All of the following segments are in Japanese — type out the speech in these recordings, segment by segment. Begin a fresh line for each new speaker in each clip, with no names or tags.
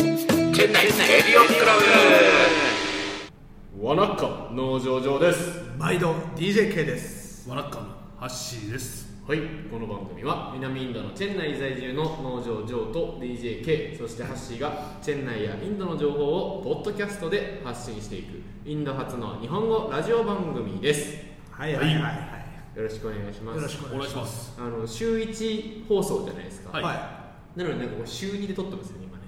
店内エリオンクラ
わなっか農場上です
毎度 DJK です
わらっかのハッシーです
はいこの番組は南インドのチェン内在住の農場上と DJK そしてハッシーがチェン内やインドの情報をポッドキャストで発信していくインド初の日本語ラジオ番組です
はいはいはいは
よろしくお願いしま
い
す
よろしく
お
お
願い
願い
し
しま
ます
あの週1放送じゃないですか、
す
はい
あ
なのでなんかこう週2で撮ってますよね今ね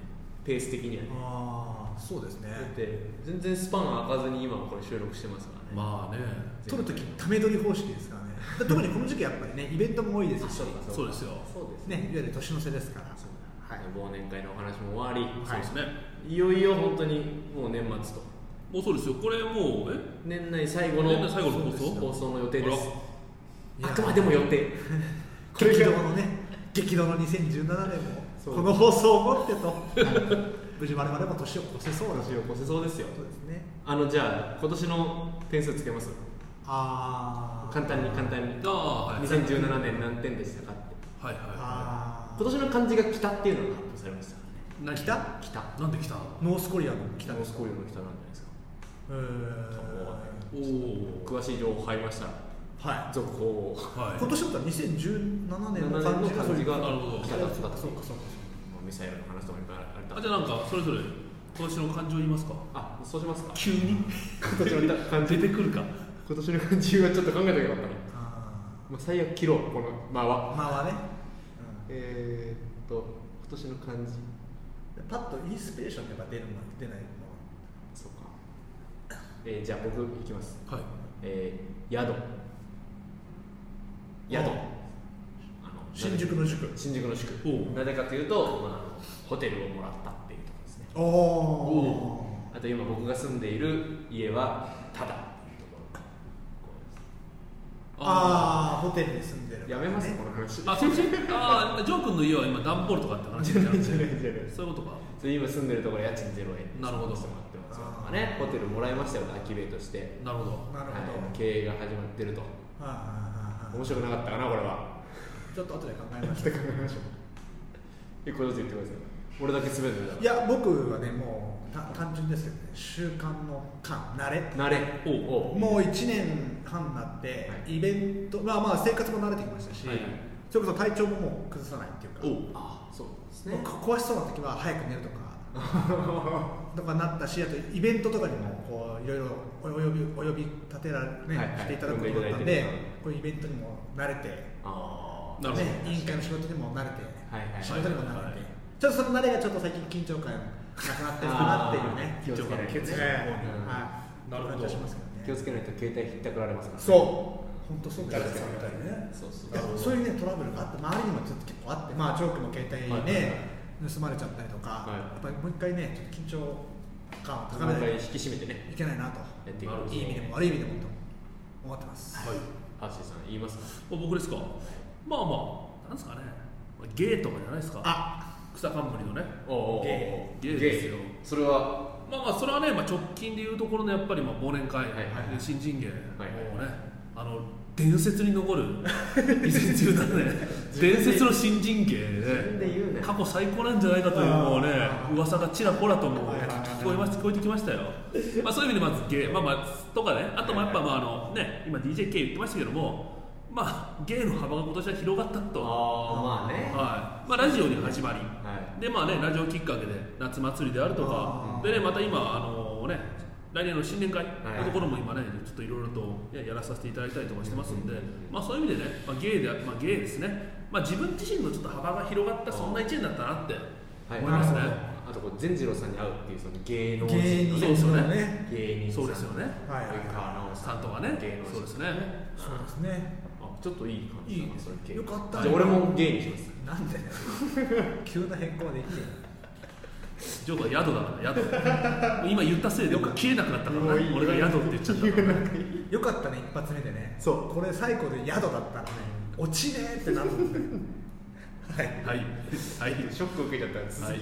ペース的にはね
あーそうですね
だって全然スパン開かずに今これ収録してますからね、
まあね
撮るときため撮り方式ですからねだ特にこの時期やっぱりねイベントも多いですし
そうかそう
そう
か
ですよ
そうです
ねいわゆる年の瀬ですから
そうだ
はい
忘年会のお話も終わり、
そうですね
いよいよ本当にもう年末と
もうそうですよこれもうえ
年内最後の
年内最後の放送
そうですよ放送の予定です
あ
あく
ら
までも予定これ
激動
が
のね激動の2017年
そう
もこの放送をもってと無事我々も年を越せそうだし
年を越せそうですよ
そうですね
あのじゃあ今年の点数つけます
ああ
簡単に簡単に
ああはいはい
2017年何点でしたかって
はいは
あ
今年の漢字が北っていうのが発表されましたか
い何
ー北
らね
たなんで来た
ノースコリアの
北
北
ノ
で
ー
す
ス
か
コリアの北なんじゃないですか
うーん
おお
詳しい情報入りましたら
はい
続報を
はい
今年だったら
7
2017年
年
の
の
感じが
漢字が
なるほど
北だった
そうかそうか
ミサイルの話とかいっぱいあった
あじゃあなんかそれぞれ今年の感情言いますか
あそうしますか
急に
今年の感じ
出てくるか
今年の感じはちょっと考えたけどな
あ
まあ、最悪切ろうこの間
ー
は
まあまあね、
えー、っと今年の漢字
うん、パッとインスピレーションが出るの出ないの
そうか、えー、じゃあ僕いきます
はい
えー、宿宿あの
新宿の宿
新宿の宿
おう
なぜかというと、まああの、ホテルをもらったっていうところですね
おお
あと今僕が住んでいる家はただっていうところ
ああホテルに住んでる
やめますこの話
あそっちああジョー君の家は今段ボールとかって話じゃなくて
じゃないじゃない
そういうことか
それ今住んでるところ家賃0円
なるほど
してもらってますよとかねホテルもらいましたよアキベートして
なるほど
なるほど、
はい経営が始まってると
はいはいはいは
面白くなかったかなこれは
いちょっと後で考えまし
ち
ょ
ょっと考えましょうえこれ言ってください俺だけ滑るじ
ういや僕はねもうた単純ですよね習慣の間慣れ
ゃん慣れ
おう
おう
もう1年半になって、
は
イベントまあまあ生活も慣れてきましたし、
はい
それこそ体調ももう崩さないっていうか
おう
あそうです
もう壊しそうな時は早く寝るとか とかなったしあとイベントとかにもこういろいろお呼びお呼び立てられ、ね
はいはい
していただくことだったんで
呼んでいただいてる
こういうイベントにも慣れて、ね、
ああ
なるほど
委員会の仕事にも慣れて、
はいはい
仕事にも慣れて、
はいはい
ちょっとその慣れがちょっと最近緊張感なくなってるかなっていう
あ
ね
ー気をつけないと
緊張感がね
うん
はい
なるほど
感じはしますけどね
気をつけないと携帯ひったくられますから
そう本当そうで
気をつけ
す
ないと
ね
そうそう
いやそういうねトラブルがあって周りにもちょっと結構あってまあジョークも携帯ね、
はいはいは
盗まれちゃったりとか、
はい
やっぱりもう一回ねちょっと緊張感を高
もう一回
めない
引き締めてね
といけないなと
やっていく
なるほど
いい意味でも悪い意味でもと思ってます、
はい
ハッシーさん言いますか
あ僕ですかまあまあなんですかねゲーとかじゃないですか
あ
草冠のね
おうおうおう
ゲ
イゲイですよ
それは
まあまあそれはね、まあ、直近でいうところのやっぱりまあ忘年会、
いはいはい
で新人芸、
はいはい
もうねあの伝説に 残る2017年伝説の新人芸
自分で
で
言うね
過去最高なんじゃないかという
あー
もうね噂がちらほらともう
はいはいはい
聞こえま聞こえてきましたよ、まあ、そういう意味でまず芸、まあ、まあとかねあとまあやっぱまああの、ね、今 DJK 言ってましたけどもまあ芸の幅が今年は広がったと、は
ああまあ
い
ね
まあ、ラジオに始まり、
はい
でまあねラジオきっかけで夏祭りであるとか
あー
でねまた今あのね来年の新年会
い
のところも今ねちょっといろいろとややらさせていただいたりとかしてますんでまあそういう意味でねまあ芸でまあ芸ですねまあ自分自身のちょっと幅が広がったそんな一年だったなって
はい、
思いますね
なる
あとこう善次郎さんに会うっていうその芸能
芸
人
人
そうですよね
のね
芸人さん
そうですよね
はいはい
上川直さ
さ
ん
んとかね
芸能人
そうですね
そうですね
あちょっといい感じだない
い
それ系
よかった
じゃあ俺も芸にします
なんで 急な変更でいいよ
ジョーが宿だから 宿今言ったせいで消えなくなったか
も
ら
ういい
ね俺が宿って言っちゃったからね
よかったね一発目でね
そう
これ最高で宿だったらね落ちねーってなるんで は
はいは
い
い
ショック受けちゃったら続き、
はい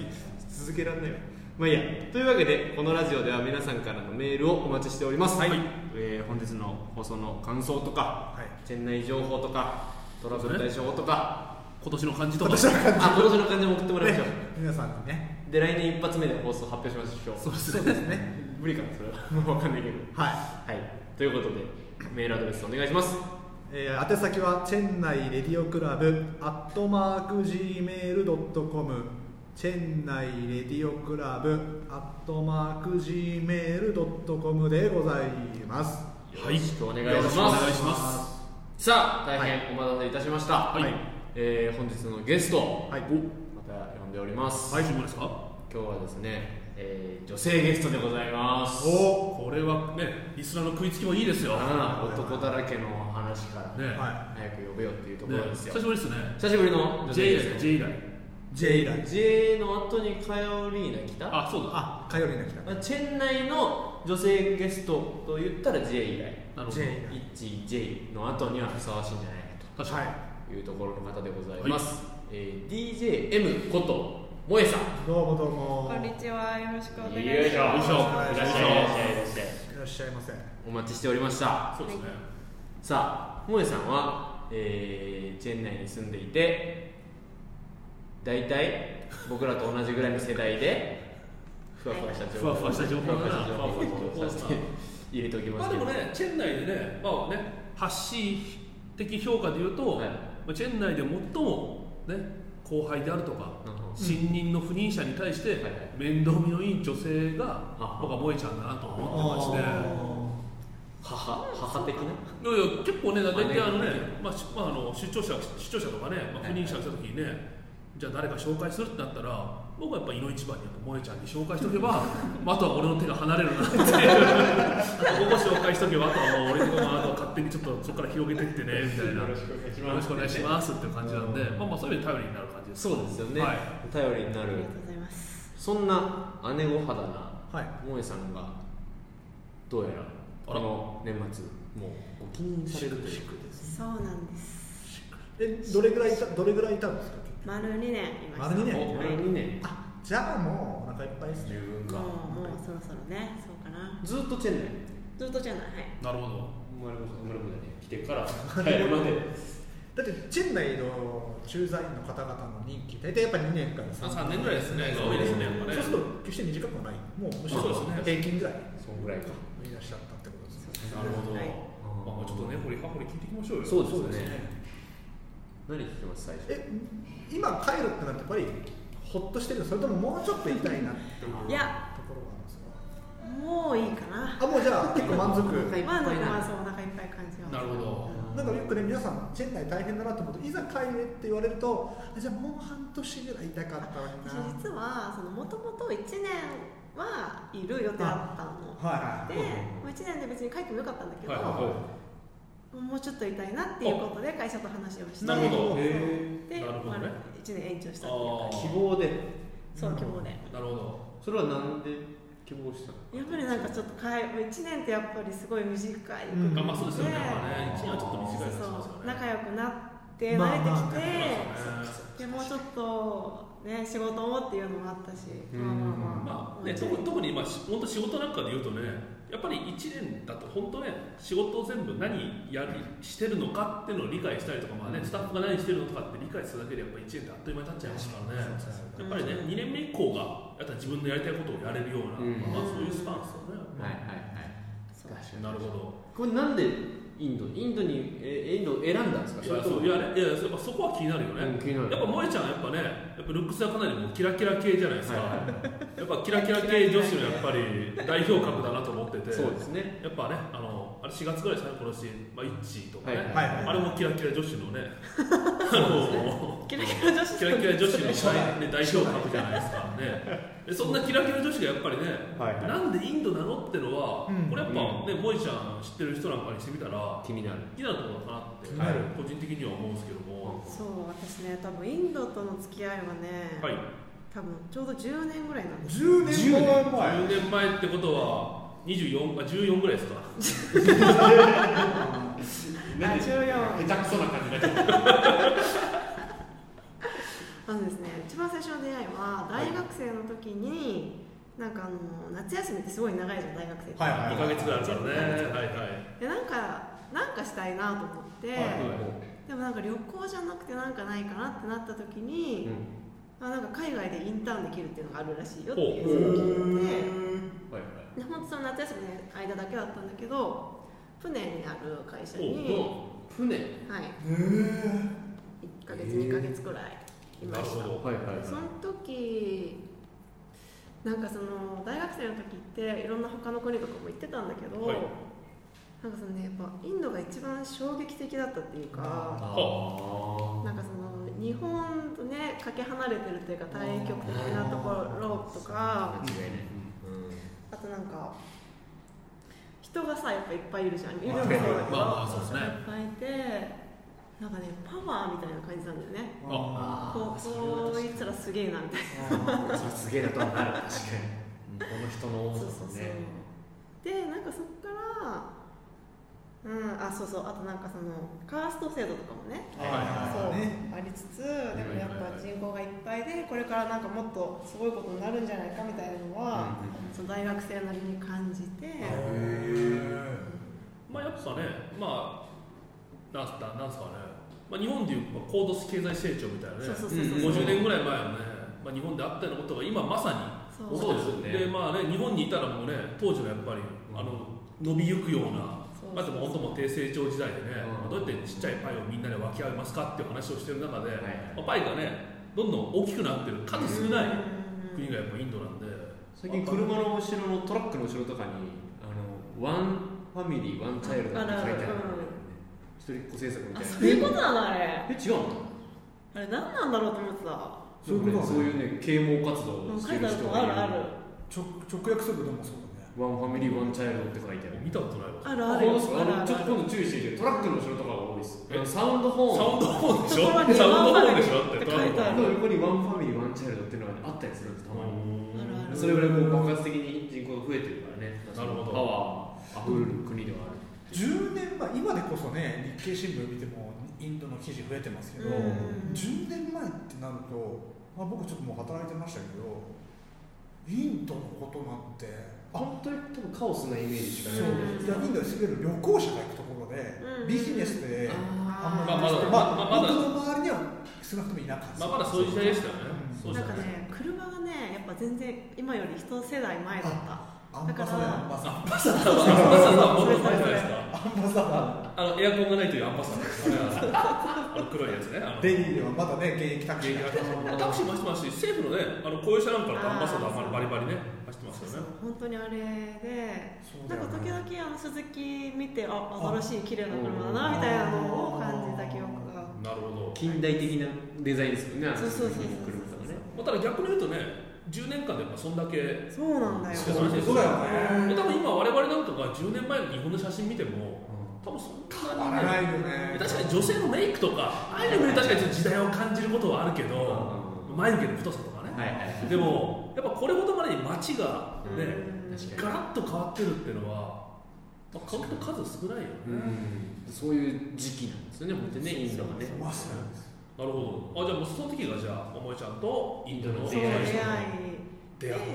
続けらんないわまあいいやというわけでこのラジオでは皆さんからのメールをお待ちしております、
はい
えー本日の放送の感想とか、
はい
チェン内情報とかトラブル対処法とか、
今年の感じと
今
か
年の感
あ今年の感じも送ってもらいましょ
ね皆さんにね
うで来年一発目で放送発表しましょう
そうです
そうですね
無理かなそれは もう分かんないけど
はい
はいということでメールアドレスお願いします
えー、宛先はチェンナイレディオクラブアットマーク Gmail.com チェンナイレディオクラブアットマーク Gmail.com でございます
よろしくお願いし
よろ
ま
し
す
くお願いします
さあ大変お待たせいたしました、
い
はいえー本日のゲスト、
は
ま
い
た呼んでおります、
はい、ですか
今日はですね、えー女性ゲストでございます
お
これはね、リスナーの食いつきもいいですよ。ね、
ああ男だらけの話から、
は
早く呼べよっていうとこ
ね
ろですよ、
久しぶりですね。
久しぶりの女性
J 以
ゲ
来、
ス
J 以来。
J 以来
ト J の後にカヨリーナ来た
あ、そうだ。
あ火曜日が来
まあチェン内の女性ゲストと言ったら J 以来
なるほ
J 以
イッチ J の後にはふさわしいんじゃないか
ど。確
たは
か
い
に。
というところの方でございます、えー DJM こと萌えさん
どうもどうも
こんにちは、よろしくお願いし
よいしょ
ま
よいしょ
いらっしゃいいらっしゃいいらっしゃい
いらっしゃいませ
お待ちしておりました
そうですね。
さあ萌えさんは、えーチェン内に住んでいて大体僕らと同じぐらいの世代でふわふわした情
ふ
報
わふわした情報
ふわふわした情
ふ
報
わふわした情報
させて入れておきま
まあ
す
で
けど
もね、チェン内でね、まあね、発信的評価で言うと、
はい
まあチェン内で最もね、後輩であるとか、
なるほど
新任の不任者に対して
はいはい
面倒見のいい女性が
あ
僕は萌えちゃんだなと思ってまして、
母母的ない
やいや結構ね、大体あのね
姉、
まあしまあ、あの出張者出張者とかね、まあ、
はい
不任者が来た時にね、じゃあ誰か紹介するってなったら、僕はやっぱ井の一番にやっぱ萌えちゃんに紹介しとけば、まあ、あとは俺の手が離れるなっていう、ここ紹介しとけば、あとはもう俺のまああとは勝手にちょっとそこから広げてってねみたいな、よ
くお願いし
ろしくお願いしますっていう感じなんで、
うん
まあ、まあそういう意味で頼りになる感じです。
そうですよね、
はい
頼りにな
す。あり
る
がとうございます。
そんな姉御肌な
はい
萌えさんがどうやら
あ
こ
ら
の年末もうご禁煙されるという
そうなんです。
えどれぐらいいたどれぐらいいたんですか
丸2年いまし
丸
た。
二年
も
お
は
丸
い
2年
あじゃあもうお腹いっぱいです
十
ね
分
う
か
もうそろそろね、そうかな。
ずっとチェン内
ずっとじゃない。はい。
なるほど
生まれも生まれもだね来てから 帰るまで
だってチェン内の駐在員の方々の任期大体やっぱ2年か
あ
ら
3年ぐらいですね
多いですねやっぱ
そうすると決して短くはないもうむしろ
そうですね
平均ぐらい
そんぐらいか
いらっしゃったってことですね
なるほど、
はい
まあまあ、ちょっとね、掘り葉掘り聞いていきましょうよ。
そうですね何聞きます最初
え今帰るってなってやっぱりほっとしてるそれとももうちょっといたいなっていうところ
いや
はありますか
もういいかな。
あもうじゃあ結構満足
いっぱいな
まあ、なんかまあそうお腹いっぱい感じは。
なるほど
なんかよくね皆さんチェン内大変だなと思うといざ帰れって言われるとあじゃあもう半年ぐらいいたかったわけなはい
実はそのもともと1年はいる予定だったの。
はい
で、もう1年で別に帰ってもよかったんだけど、
はいはいはい
もうちょっといたいなっていうことで会社と話をして。
なるほど
そう
へ
で、
なるほどね
まあ一年延長したっていうか。
希望で
そう希望で。
なるほど。
それはなんで希望したの
やっぱりなんかちょっとかい1年ってやっぱりすごい短い期間
うん
あまあそうですよね。まあね、
ね
一年はちょっと短い
そう
ですよ
そう仲
ね。
良くなって
まあ
慣れて
まあ
きて、
そう
でもうちょっとね仕事もっていうのもあったし、
うん
まあ
ま
まあまあ
あね、
もうちょい
特に特にまあし本当仕事なんかで言うとね、やっぱり一年だと本当ね、仕事を全部何やりしてるのかっていうのを理解したりとか、まあね、スタッフが何してるのとかって理解するだけでやっぱ一年ってあっという間に経っちゃいますからね。やっぱりね、
うん
二年目以降がやっぱり自分のやりたいことをやれるような、
うん
まあそういうスパンですよね。
はいはい
そう
はい確かに
なるほど。
これなんでインドインドにえインドを選んだんですか
いやそういやね、いややっぱそこは気になるよね、
うん気になる
やっぱ萌えちゃんやっぱねやっぱルックスはかなりもうキラキラ系じゃないですか、やっぱキラキラ系女子のやっぱり代表格だなと思ってて
そうですね
やっぱねあのあれ4月ぐらいですかねこのシーン、まあ、イッチとかね、
はい
はい
あれもキラキラ女子の ねあの
キラキラ女子
キラキラ女子の代,、ね、代表格じゃないですかねでそんなキラキラ女子がやっぱりね、
はいはい
なんでインドなのってのは、
うん
これやっぱ
うん
ね萌えちゃん知ってる人なんかにしてみたら
気になる
好きなところかなって、
気になる
個人的には思うんですけども、
そう私ね多分インドとの付き合いはね、
はい、
多分ちょうど10年ぐらいなんですよ
10年も前
10年前ってことは24あ14ぐらいですか
あ14
下手くそな感じだ
あのですね一番最初の出会いは大学生の時に、なんかあの夏休みってすごい長いじゃん大学生って、
はいはい
2か月ぐらいあるからねはいはい
でなんかなんかしたいなと思って、
はいはい
でもなんか旅行じゃなくてなんかないかなってなった時
うん
に、あなんか海外でインターンできるっていうのがあるらしいよって
ほ
いううのを聞いて
はいはい
で本当その夏休みの間だけだったんだけど船にある会社に、
お船
はい、
え
1か月2か月くらいいまし
はい
た、
はいはい
その時なんかその大学生の時っていろんな他の国とかも行ってたんだけど、
はい
なんかそのねやっぱインドが一番衝撃的だったっていうか
あ
なんかその日本とねかけ離れてるっていうか対極的なところと
あ
か
間違いないうん
あとなんか人がさやっぱいっぱいいるじゃんいるのもそうだけど、
まあまあそうですね
いっぱいいてなんかねパワーみたいな感じなんだよね
あ
こ
ー
こういったらすげえなみたいな。
それすげえなとはなる確かにこの人の多さと
そうそうそう
ね
でなんかそこからうんあそうそうあとなんかそのカースト制度とかもねそう
はいね
ありつつでもやっぱ人口がいっぱいでこれからなんかもっとすごいことになるんじゃないかみたいなのは、その大学生なりに感じて、
まあやっぱねまあなんすかなんすかね、まあ、日本でいうまあ高度経済成長みたいなね
そうそうそうそう、
う
50
ん
年ぐらい前のね、まあ、日本であったようなことが今まさ
そ
に
う
起
そう
こってる
そうですよね
でまあね日本にいたらもうね当時のやっぱりあの伸びゆくような
そう
まあ、でも本当もう低成長時代でね、
うん
どうやってちっちゃいパイをみんなで分け合いますかっていう話をしてる中で、
い
まあ、パイがねどんどん大きくなってる数少ない国がやっぱインドなんで、
最近車の後ろのトラックの後ろとかにあのワンファミリーワンチャイルドって書いてあるんだよね一人っ子政策み
あ
たいな
そういうことなのあれ
え違うの
あれ何なんだろうと思ってた
そういうことなの
そういうね啓蒙活動
う
を
ん
し
書
て
いて
る
ある
人
と
が
あ
いる
るある
直直訳するとでもそうだね
ワンファミリーワンチャイルドって書いてある
見たことないわ
あるあ
あ
る
本当ですかあ
あるあ
の
る
ちょっと今度注意してみてトラックの後ろとかが多いですあのサウンドホーン
サウンドホーンでしょ
ところに
サウンドホーンでしょ
ワンフ
だって
ァミリーって書いてある
の横にワンファミリーワンチャイルドっていうのがねあったりするんですたまに
あるある
それぐらいこう爆発的に人口が増えてるからね
なるほど
パワーあふれる国ではある
10年前今でこそね日経新聞見てもインドの記事増えてますけど、
うん
10年前ってなると、まあ、僕ちょっともう働いてましたけどインドのことなんてあ
本当に多分カオスなイメージしか
そう
ない
ん
いやインドですべて旅行者が行くところで、
うん
ビジネスであんまり
まあまだ
まあ、
まあまだ
僕の周りには少なくともいなかったです
まあまだそういう時代でしたよね
うん
そうで
なん
した
か
よね
ね、車がね、やっぱ全然今より一世代前だった。
アンバサダーアンバサダー
アンバサダーはアンバサダーはもっと前じゃないですか
アンバサダ
あのエアコンがないというアンバサダーですねあのあの黒いやつねあの
ーデリーではまだね現役タクシーが
タクシーも走ってますし政府のねあの公用車なんかだとアンバサダーまでバリバリね走ってます
そ
よ
うそう
ね、
本当にあれで、
そうだ
なん
よ
か時
ね
々あの鈴木見て、あ、新しい綺麗な車だなみたいなのを感じた記憶が。
なるほど
近代的なデザインですよね
そうそうそうそう
車とかね
まあ、ただ逆に言うとね10年間でやっぱそんだけ
そうなんだよ。
そうそう
そうだよね
多分今我々なんかが10年前の日本の写真見ても多分そん
変わ
な
ら
に、
な
ね、
いよね
確かに女性のメイクとかああいうの見ると確かにちょっと時代を感じることはあるけど眉毛の太さとかね、
はいはい
でもやっぱこれほどまでに街が
うん
ね、
確
ガ
か
ラッと変わってるっていうのは、まあ、本当数少ないよね、
にうんそういう時期なんですよね本当にねインドがね
まさに
なるほどあじゃあもうその時がじゃあ桃井ちゃんとインドの
そう、
出会い
出会
出会っ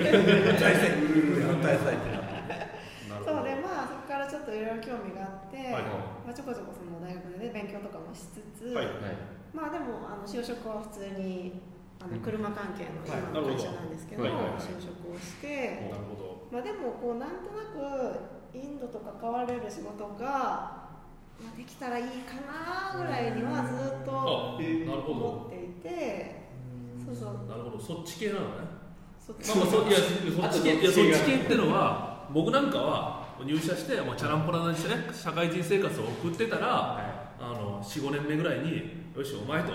で
た
大戦日本大戦
なるほ
い。
ど
そうで、まあ、そこからちょっといろいろ興味があって。
はい
まあ、ちょこちょこその大学でね、勉強とかもしつつ。
はい
はい
まあ、でも、あの就職は普通に。あの車関係の今の会社なんですけど、
はいなるほど
就職をして。
なるほど
まあ、でもこうなんとなくインドと関われる仕事が、まあ、できたらいいかなぐらいにはずっと
あなるほど
思っていてそうそう
なるほど、そっち系なのね。
そっ
ま
ち
あまあ、そいや、そ
あ
っ
と
ち
どっちが
系、いや、そっち系ってのは、僕なんかは入社して、まあ、チャランポラなしてね、社会人生活を送ってたら。
は
あの、四五年目ぐらいに、よし、お前と、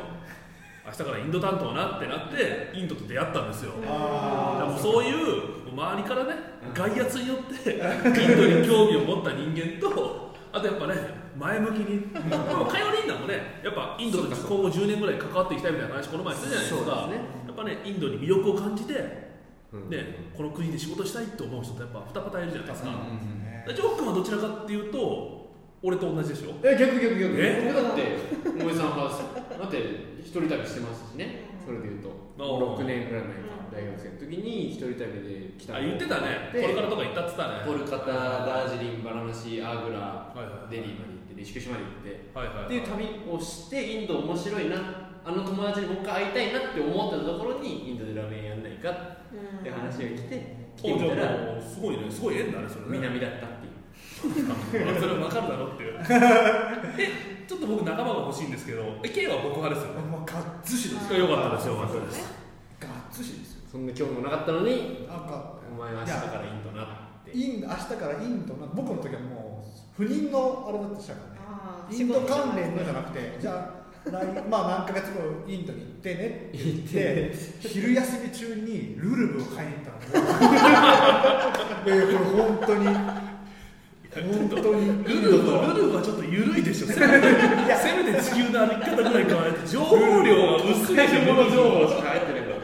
明日からインド担当なってなって、インドと出会ったんですよ。だからもうそういう、周りからね、外圧によって、インドに興味を持った人間と。あとやっぱね、前向きに、でもカヨリーナもね、やっぱインドと今後10年ぐらい関わっていきたいみたいな話、この前したじゃないですか。
そうですね
やっぱね、インドに魅力を感じて、
い
ね、この国で仕事したいと思う人ってやっぱ二パターンいるじゃないですか。
ね
でジョー君はどちらかっていうと、俺と同じでしょ。
え逆逆逆
え
僕だって萌えさんはだって一人旅してますしねそれでいうと
おー
6年くらい前か大学生の時に一人旅で来た
あ、言ってたね。こ
で
れからとか言ったって言ったね。
コルカタダージリンバラナシアグ
は
ラ
いはいはい
デリーまで行ってで宿島に行って
はいはい、はい、
っていう旅をしてインド面白いなあの友達にもう一回会いたいなって思ったところにインドでラーメンやんないかって話が来て来て
おじ
み
ゃ
た
あも
ら
うすごいねすごい縁だねそれね
南だったっていう
それわかるだろうって いうえちょっと僕仲間が欲しいんですけどえ K は僕派ですよね
もうがっつしです
よかったですよかったです
がっつしですよ
そんな興味もなかったのに
なんか
お前は明日からインドなって
イン明日からインドな僕の時はもう不妊のあれだったしたからね
あー
インド関連の
仕事
じゃなくてじゃあ来まあ何ヶ月後インドに行ってねって言って昼休み中にルルブを買いに行ったの いやいやこれ本当に本当に
ルルブはルルブはちょっと緩 いでしょせめてせめて地球の歩き方ぐらい変わらないと情報量が薄いでしょ
物情報しか入ってないから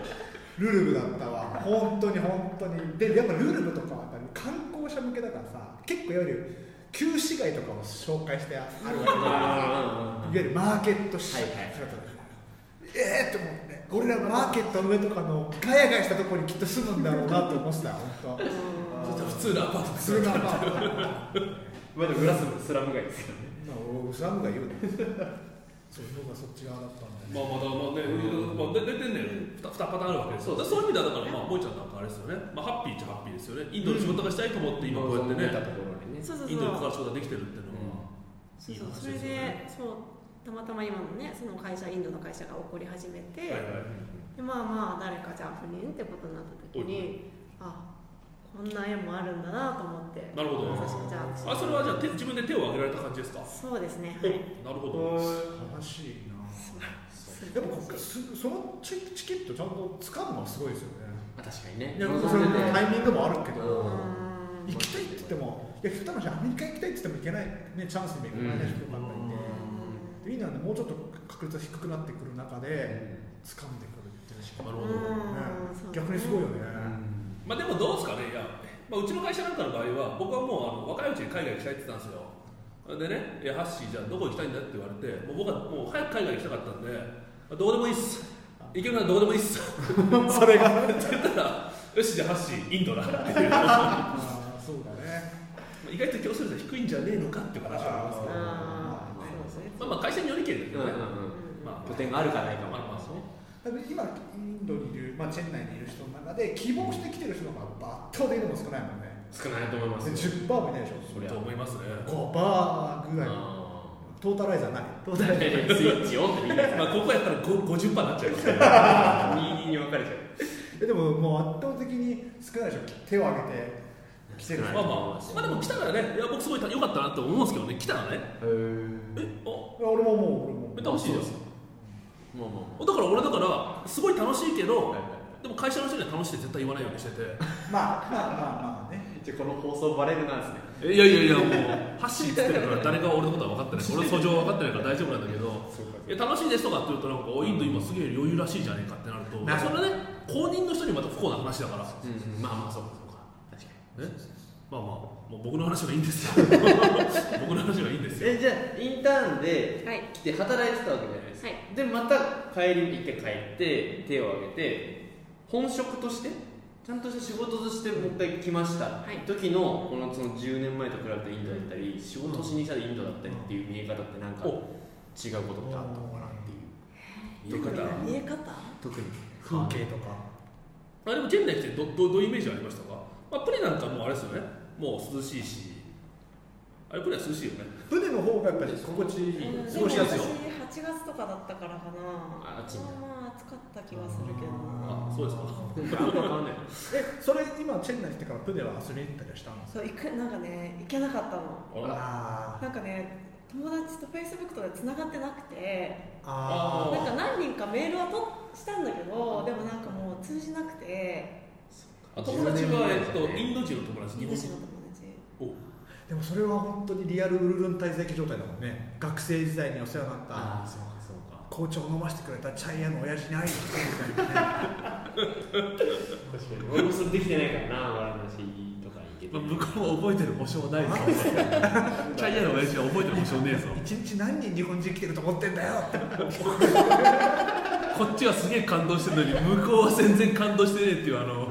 ルルブだったわ本当に本当にでやっぱルルブとかはやっぱり観光者向けだからさ結構いわゆる旧市街とかを紹介してあるわけだからいわゆるマーケット市場、
はいはい
ええー、と思って俺らマーケットの上とかのガヤガヤしたところにきっと住むんだろうなと思ってた本当
ちょっと普通のアパート
普通のまあ
まあでもグラススラム街ですからね
俺スラムが言うねそう僕はそっち側だったんで、
まあまだまあ
ね、
ね、
うん
まあ、で出てんねん 2, パターンあるわけですよそうそういう意味ではだからまあボイちゃんなんかあれですよね、まあ、ハッピーっちゃハッピーですよねインドの仕事がしたいと思って今こうやってね、
たところにね
そうそうそう
インドに関わる仕事ができてるっていうのは、
そうそうそれでそうたまたま今のねその会社インドの会社が起こり始めて、
はいはい
でまあまあ誰かじゃあ不倫ってことになった時にあこんな絵もあるんだなと思って
なるほど
私じゃあ
あそれはじゃあ手自分で手を挙げられた感じですか
そうですねはい
なるほど
悲しいな
そう
でもすそのチチケットちゃんと掴むのはすごいですよね
あ確かにね
いや
望んで
それ
て
タイミングもあるけど、
うん
うーん
行きたいって言っても、いや、ひとまじアメリカ行きたいって言っても行けない、ね、チャンスに恵まれない人ばっかりで、でウィンナーでもうちょっと確率が低くなってくる中で、掴んでくるっていうしか
な
ね、
るほど、
うんそう
逆にすごいよね。
まあでもどうですかねいや、まあ、うちの会社なんかの場合は僕はもうあの若いうちに海外行きたいって言ってたんですよでね「いやハッシーじゃあどこ行きたいんだ?」って言われてもう僕はもう早く海外行きたかったんで「どうでもいいっす行けるならどうでもいいっす」
それ
っ
が、
て言ったら「よしじゃあハッシーインドだ」っていう
あーそうだね。
意外と競争率が低いんじゃねえのかっていう話はありますけど
あーそうですね
まあまあ会社によりけりだけど
うんうん
ね、
うん
まあ
拠点があるかないかも
まあまあそう
だから今、インドにいる、まあ、チェン内にいる人の中で、希望してきてる人の方が圧倒的にも少ないもんね。
少ないと思いま
です
よ
10%もいないでし
そりゃ
と思いますね
ょ、5%ぐらい、
あ
トータライザーない。
ー東大でスイッチをってみんな
まあここやったらご50%になっちゃいますね
右に分かれちゃう
えでも、もう圧倒的に少ないでしょ、手を挙げて来てる人
少ない
まあまあ、まあでも来たからね、いや僕すごい良かったなと思うんですけどね、来たらね、
へ
え
え、
あ、
いや俺ももう俺も
めっちゃ欲しいです。
まあま
だから俺だから、すごい楽しいけ
あ
ど、
まあ
でも会社の人には楽しいって絶対言わないようにしてて、
まあまあまあまあね
じゃあこの放送バレるなんですね
えいやいやいや、もう、ハッシーって言ってるから、誰が俺のことは分かってない、 俺の訴状は分かってないから大丈夫なんだけど、
そうか
え楽しいですとかって言うと、なんか、おインド今すげえ余裕らしいじゃねえかってなると、
なる
それはね、公認の人にまた不幸な話だから、
うん
まあまあ、そうかそうか。
確かに
ねまあまあ、もう僕の話はいいんですよ。 僕の話はいいんですよ。
えじゃあインターンで
はい
来て働いてたわけじゃないですか、
は
でまた帰り一回帰って手を挙げて本職としてちゃんとした仕事としてもう一回来ました、
はい
時のこのその10年前と比べてインドだったり、仕事しにしたらインドだったりっていう見え方ってなんか
お
違うことってあったのかなっていう見え
特に
方
見え方
特に
風景とか
あでもチェンナイ来てどどどういうイメージありましたか、まあ、プリなんかもうあれですよねもう涼しいしあれプリは涼しいよね
船の方がやっぱり心地いい
うん
過
でも
ごし
私
や
8
すい
月とかだったからかな
あ暑いんだ
まあ暑かった気はするけどな
あそうですか
あんま変わんない
えそれ今チェンナイ来てから船は遊びに行ったりはしたんですか
そう行くなんかね行けなかった
あ
の
ら
あ
なんかね友達とフェイスブックとかで繋がってなくて
ーあ
なんか何人かメールはとしたんだけどでもなんかもう通じなくて
あ友達は、えっと、イン
ド
ド人の友達日本
私
人
の友達
お
ーでもそれは本当にリアルウルルン滞在期状態だもんね学生時代にお世話になった
ああそうかそうか
校長を飲ませてくれたチャイヤの親父に会いに来てみたいなね
確かに俺もそれできてないからな笑い話とかいけて
まあ
ない
向こうは覚えてる保証はないぞ チャイヤの親父は覚えてる保証ねえぞ
一日何人日本人来てると思ってんだよって
こっちはすげえ感動してるのに向こうは全然感動してねえっていうあの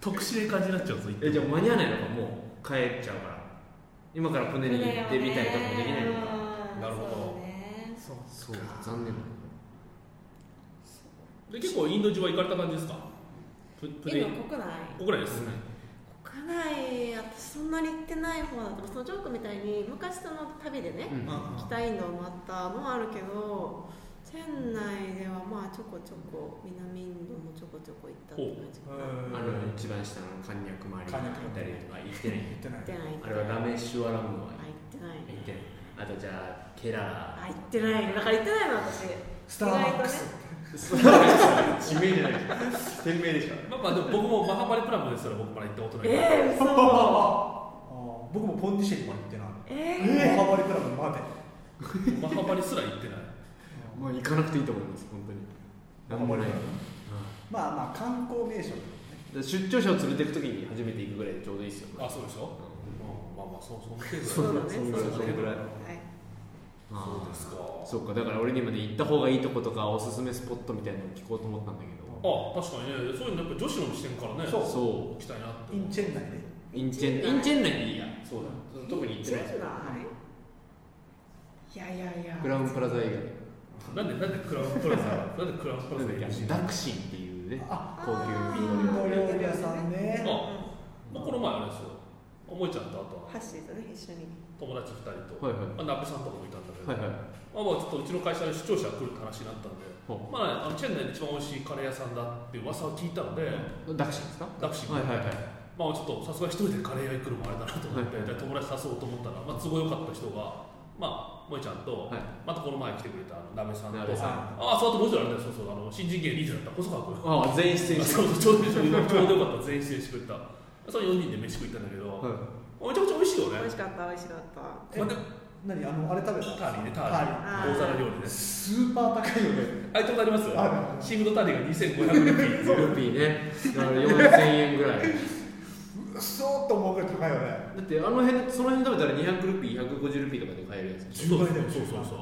特殊な感じになっちゃうぞ言って
えじゃあ間に合わないのかもう帰っちゃうから今から船に行ってみたいとかもできないのか
うりますよね
そう
そう残念
で結構インド中は行かれた感じですかププレイ
インド国内
国内ですね
国内私そんなに行ってない方だとそのジョークみたいに昔その旅でね、
うん
北インドを回ったのはあるけどチェン内ではまあちょこちょこ南インドもちょこちょこ行ったって感じか
あ
な行
の一番下のこんにゃく周りに行ったりとか行ってない
言ってない
っ
あ
てない行
れはラメシュワラムは
あ行ってない
行ってないあとじゃあケラ
あ行ってないだから行ってないの私
スターバックス
ラ地名じゃない店名でしょ
まあまあでも僕もマハバリプラムですら僕まだ行ったことない
意外とねえー、
あ
嘘
ー僕もポンディシェリまで行ってないえ
え
ハマリクラブまで
マハバリすら行ってない
もう行かなくていいと思います本当に何もない
あんまりまあまあ観光名所
うん出張者を連れてく時に初めて行くぐらいでちょうどいいですよ
あそうでしょ、う
う
ん、まあまあそその程度
そう
ん
だね
そんぐらいそ
そ
う
だね
んぐらい
ー、はい
あー
そうですか
そうかだから俺にまで行った方がいいとことかおすすめスポットみたいなの聞こうと思ったんだけ
あ確かにねそういうのやっぱ女子の視点からね
そう
どそ
行きたいなって
インチェン内で
うインチェンインチェン内でいいやそうだ特に行ってない
チェン内いやいやいや
クラウンプラザ以外
なんでなんでクラウンプラザなんでクラウンプラ
な
ザ
んだっけあのダクシンっていうね
あ
高級
あ
インド料理屋さんね
あまあ、この前あれですよ思いちゃんとあとは
ハッシーとね一緒に
友達2人と、
はいは
ま
い
あ、ナップさんとかもいたんだけど、
はいはい
まあ、まあちょっとうちの会社の視聴者が来るって話になったんで、
ほ
まあ、あのチェン内で一番美味しいカレー屋さんだって噂を聞いたので、
うダクシンですか
ダクシン
はいはいはい
まあ、ちょっとさすが一人でカレー屋行くのもあれだなと思って、で友達誘おうと思ったら、まあ、都合良かった人が、まあ、萌ちゃんと、
はい
またこの前来てくれたあの鍋さんと
鍋さん
ああそうあともう一人あれだよそうそうあの新人芸リーダーだった細川君
ああ全員出演して
そうそうちょうどちょうどよかった全員出演してくれたその4人で飯食い行ったんだけど、
はい
めちゃくちゃ美味しいよね
美味しかった美味しかっ
ま
た
あで
何あのあれ食べた
ターリーねターリ
あ
ー
ー
大皿料理です
スーパー高いよね
あれちょうどあります
あ
シーフードターリーが2500ルピー
ルーピーねだから4000円ぐら い
うっそーっと思うぐらい高いよね
だってあの辺その辺食べたら200ルーピー150ルーピーとかで買えるやつでし
そう
10倍だよ
そうそうそう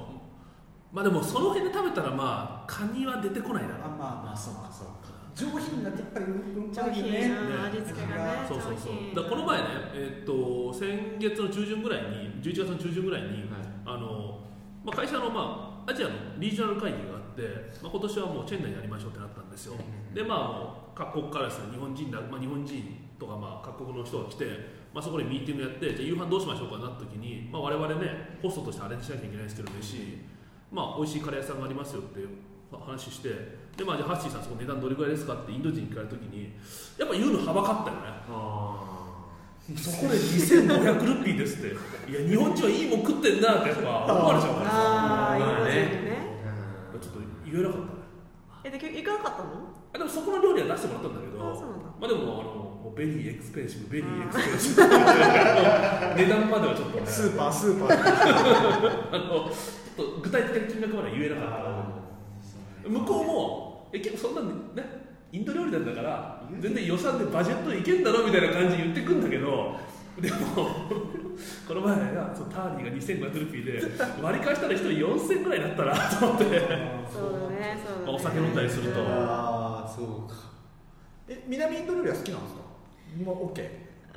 まあでもその辺で食べたらまあカニは出てこないだ
あ
ろう
まあまあそうかそうか上品なやっぱりうん
上品
ね
な味付けがね
そうそうそう
上品
だからこの前ね、えーっと先月の中旬ぐらいに11月の中旬ぐらいに、
ょはい
あのまあ、会社の、まあ、アジアのリージョナル会議があって、まあ、今年はもうチェン内やりましょうってなったんですよでまあもう各国からですね日本人だ、まあ、日本人とか、まあ、各国の人が来て、まあ、そこでミーティングやってじゃあ夕飯どうしましょうかなった時に、まあ、我々ねホストとしてアレンジしなきゃいけないですけど飯、まあ、美味しいカレー屋さんがありますよって話してで、まあ、じゃあハッシーさんそこ値段どれぐらいですかってインド人に聞かれた時にやっぱ言うのはばかったよね
あ
そこで2500ルピーですっていや日本人はいいもん食ってんなってやっぱ思われちゃうからさ
ああ、
まあね
いいことね。
ちょっと言えなかったね
え、で、行かなかったの。
あでもそこの料理は出してもらったんだけど
あそうなんだ
まあでもあのもうベリーエクスペンシブベリーエクスペンシ ブ値段まではちょっとね
スーパースーパー
あのちょっと具体的な金額までは言えなかった向こうもえ結構そんなんねインド料理なんだから全然予算でバジェットでいけんだろみたいな感じで言ってくんだけどでも この前なそのターニーが2500ルピーで割り返したら一人4000ぐらいだったらと思って
そうだね、そうだね。
お酒飲んだりすると
うん
ああそうか
え南インド料理は好きなんですかもう OK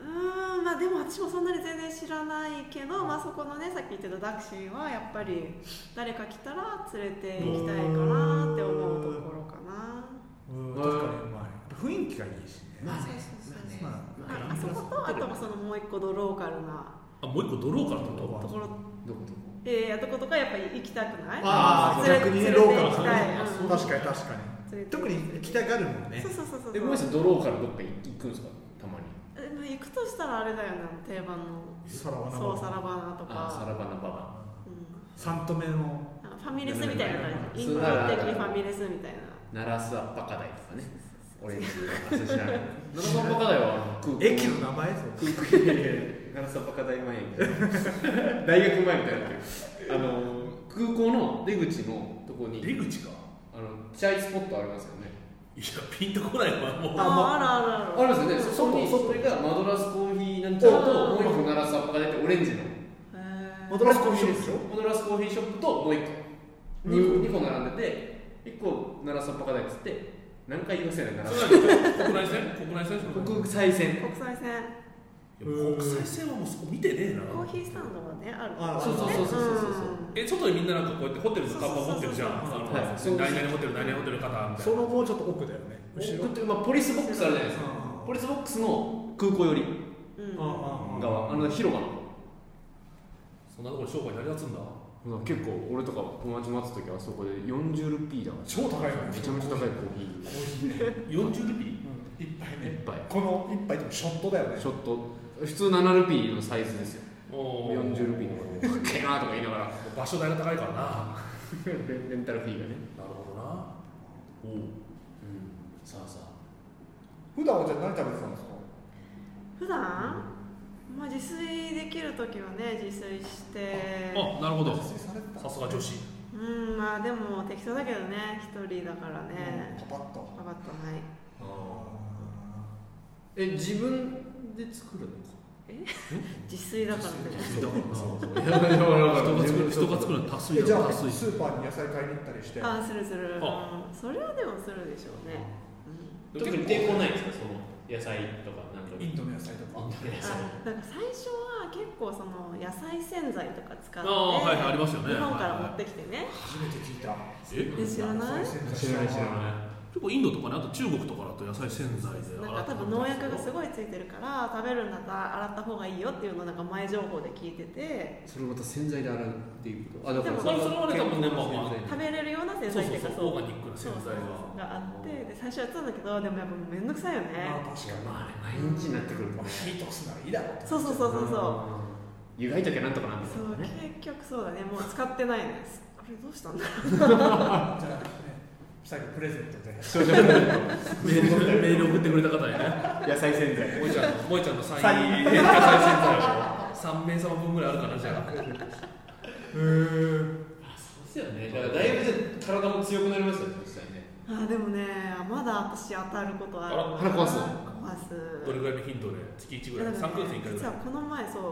うん、まあ、でも、私もそんなに全然知らないけど、まあ、そこのね、さっき言ってたダクシーは、やっぱり。誰か来たら、連れて行きたいかなって思うところかな。
うん
うん
確かにうまい雰囲気がいいしね
まあ
そうそうそうそう。
ま
ま
ああそこと、あと、そのもう一個のローカルな。
あもう一個ドローからってこと
ところ、
どこどこ
ええ、とことか、やっぱり行きたくない。
ああ
連れ
逆にね
連れ
ロ
て
ーカル
行き
さん
たい
ね
うん
確かに確か
連れ
に
て
特に行きたがるもんね
そうそうそうそう。
えごめんなさいドローからどっか行くんですかたまに
えまあ行くとしたらあれだよね定番の
さらわな
そうサラバナと
ああサ
か、
ラバナババ
うん、
三度目の
なんかファミレスみたいな感じイ
そう
ンド
なんだ
的にファミレスみたいな
ナラスアッパカダイとかねオレンジあそれ知らないナラスアッパカダイは空港
駅の名前
空港いやいやナラスアッパカダイ前みたい な大学前みたいなあの空港の出口のとこ
出
に
口か
あのチャイスポットありますよね
いやピンとこないわもう
あま
ああるあ
あ
る
り
ある
ますよねそこに
外
それがマドラスコーヒーなんちゃらともう一個ナラスアッパカダイってオレンジの
へー
マドラスコーヒーですよ
モドラスコーヒーショップともう1個
うん
2個二個並んでて1個奈良さっぱかだっつって何回言わせない奈
そ
良
れ何国内線国内線
国際線
国際線
や国際線はもうそこ見てねえな
コーヒースタンドがねある
あ
そうそうそうそうそうそう
え外でみんななんかこうやってホテルの看板持ってるじゃんあ
そう
の
そうそうそう
何々ホテル何々ホテルの方みた
そ
いな
のもうちょっと奥だよね後ろ
僕って、まあ、ポリスボックスあるじゃないですかポリスボックスの空港寄り
うんうん
ああああ
側あの広場の
そんなところで商売成り立つんだ
まあ結構俺とか友達待つ時はそこで40ルピーだから
超高いよね
めちゃめちゃ高いコーヒー
40ルピ
一杯
一
ね
杯
この一杯でもショットだよね
ちょっと普通7ルピーのサイズですよ
ーおー
40ルピーのかっけえなとか言いながら
場所代が高いからなな
レンタルフィーがね
るほどなおう、さあさあ
普段はじゃあ何食べてたんですか
普段まあ自炊できる時はね自炊して
あなるほど
自炊されてた
さすが女子
うんまあでも適当だけどね一人だからね
パパッと
パパッとない
え自分で作るのか
自炊だからね
だからな
人
人
が
が作る人が作るの多数
えじ
だ
ゃ
から
あ
多
ス
数
ーパーに野菜買いに行ったりして
ああするする、
あ
うん、それはでもするでしょうね、うん
特に抵抗ないんですかその野菜とかなんか
インドの野菜とか
あなんか最初は結構その野菜洗剤とか使
あ
って
あはいはいありますよね
日本から持ってきてね、
初めて聞いた
え
で知らない
知らない知らな
結構インドとかねあと中国とかだと野菜洗剤で
なんか多分農薬がすごいついてるから食べるんだったら洗った方がいいよっていうのをなんか前情報で聞いて
い
て
それまた洗剤で洗うっていうことあだ
でも
それそれはね多分ねまあまあ
食べれるような洗剤っていうか
そうそうそうオーガニックな洗剤が
そうそうがあってで最初やってたんだけどでもやっぱもうめんどくさいよね
まあ確かに
まあね毎日になってくる
まあ火通すならいいだろうって
そうそうそうそうそう
湯がいときゃなんとかなんです
そ
よ
う
ね
結局そうだねもう使ってないですあれどうしたんだ
じゃあね最後プレゼントで
メールメール送ってくれた方にね
野菜洗剤
萌ちゃんの萌ちゃん のサ
サ
イン
イ
入り野菜洗剤を3名様分ぐらいあるかなじゃあ
うん
そうですよねだからだいぶじゃあ体も強くなりますよね実際ね
あーでもねまだ私当たることある
あら
腹壊すの
壊す
どれぐらいの頻度で月1ぐ
い
ら
や
い
で
3
も
ヶ月に1回ぐ
実
ら
はいこの前そうまあ、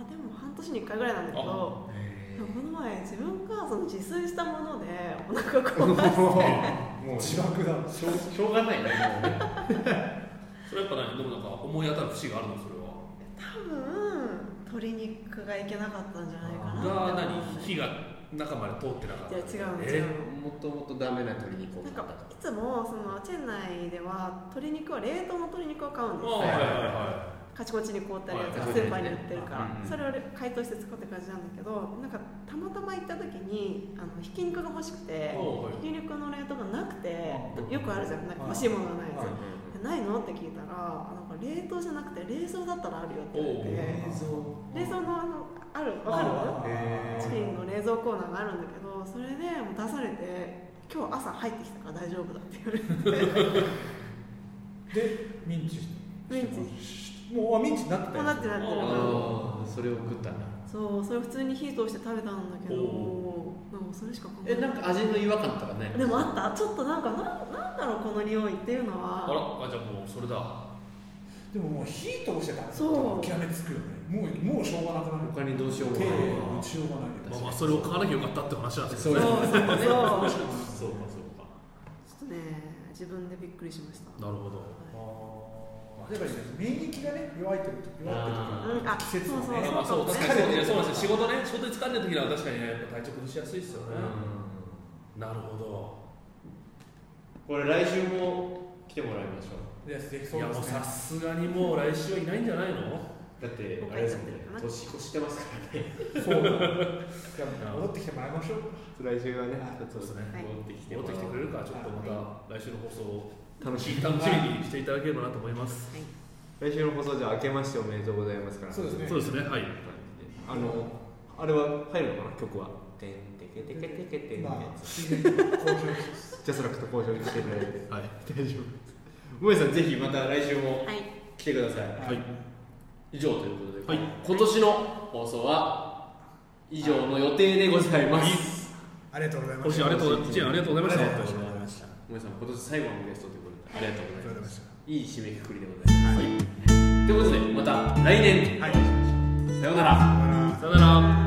まあ、でも半年に1回ぐらいなんだけどでもこの前自分がその自炊したものでお 腹壊す
もう自爆だ
しょうしょうがないねもうね
それやっぱねでもなんか思い当たる節があるのそれは
多分鶏肉がいけなかったんじゃないかな
が
って思う
何火が中まで通ってなかった
いや違うの違
え
うの
もともとダメな鶏肉を
なんかいつもそのチェン内では鶏肉は冷凍の鶏肉を買うん
あ
で
あはい
す
はいは
カチコチに凍ったりやつが
はい
スーパーに売ってるか
はいはいはい
らそれを解凍して使うって感じなんだけどなんかたまたま行った時にあのひき肉が欲し
い
くて
おうはい
ひき肉の冷凍がなくて
うん
よくあるじゃんなんか欲しいものがないや
は
つないのって聞いたらなんか冷凍じゃなくて冷蔵だったらあるよって言われ
お
て冷蔵のあのあるわか
へ
る
ー
チキンの冷蔵コーナーがあるんだけどそれでもう出されて今日朝入ってきたから大丈夫だって言われて
でミンチ
ミン
チもうあミンチになってた
こう
よ
なってなってるから。
ああそれを食ったんだ
そうそれ普通に火通して食べたんだけどなんかそれしか考え
えなんか味の違和感とかね
でもあったちょっとなんかなんなんだろうこの匂いっていうの
あ
は
らあじゃあもうそれだ
でももう火通してたら
そう
諦めつくよねもうもうしょうがなくなる
他にどうしようも
手
ない
打ちよう
ま
がない
あ
よ
まあそれを買わなきゃよかったって話なんですけど
そう
ね
そうそうちょっ
そうかそうか
とね自分でびっくりしました
なるほど
あーやっぱりね免疫がね弱いってこと弱ってる
あ
と
ー
うんあ
季節のね
そう
まあまあそうう
そかも
確
ね
かにそうねそうなんですよ仕事ね仕事で疲れてる時は確かにねやっぱ体調崩しやすいですよねなるほど
これ来週も来てもらいましょ
いやでき
い
そう
や
で
もう
すね
さすがにもう来週はいないんじゃないの
うだって
もう
あれ
帰
ですもんね
っちゃってるかな
年越してますからね
そうだじゃあ戻ってきてもらいましょう
来週はね
そうですね
はい
戻ってきて
戻ってきてくれるかちょっとま
は
た来週の放送を
楽しい
楽しみにしていただければなと思います
来週の放送じゃあ明けましておめでとうございますから
そうですね
そうですねはい
あのあれは入るのかな曲はてんてけてけてけてん
ま
や
あ
つ
新年度の向上です
ジャスラックと交渉していただいて
はい
大丈夫萌えさんぜひまた来週も
はい
来てください
はい
以上ということで、
はい
今年の放送は以上の予定でございます
ありがとうございま
今
し
週
た
ありがとうございます一年ありがとうございました
ありがとうございましたあ
萌えさん今年最後のゲストということでありがとう
り
ご
がと
ざい
うござ
ま
いますし
いい締めくくりでございます、はい、ということでまた来年
たはい
さようなら
さようなら
さよなら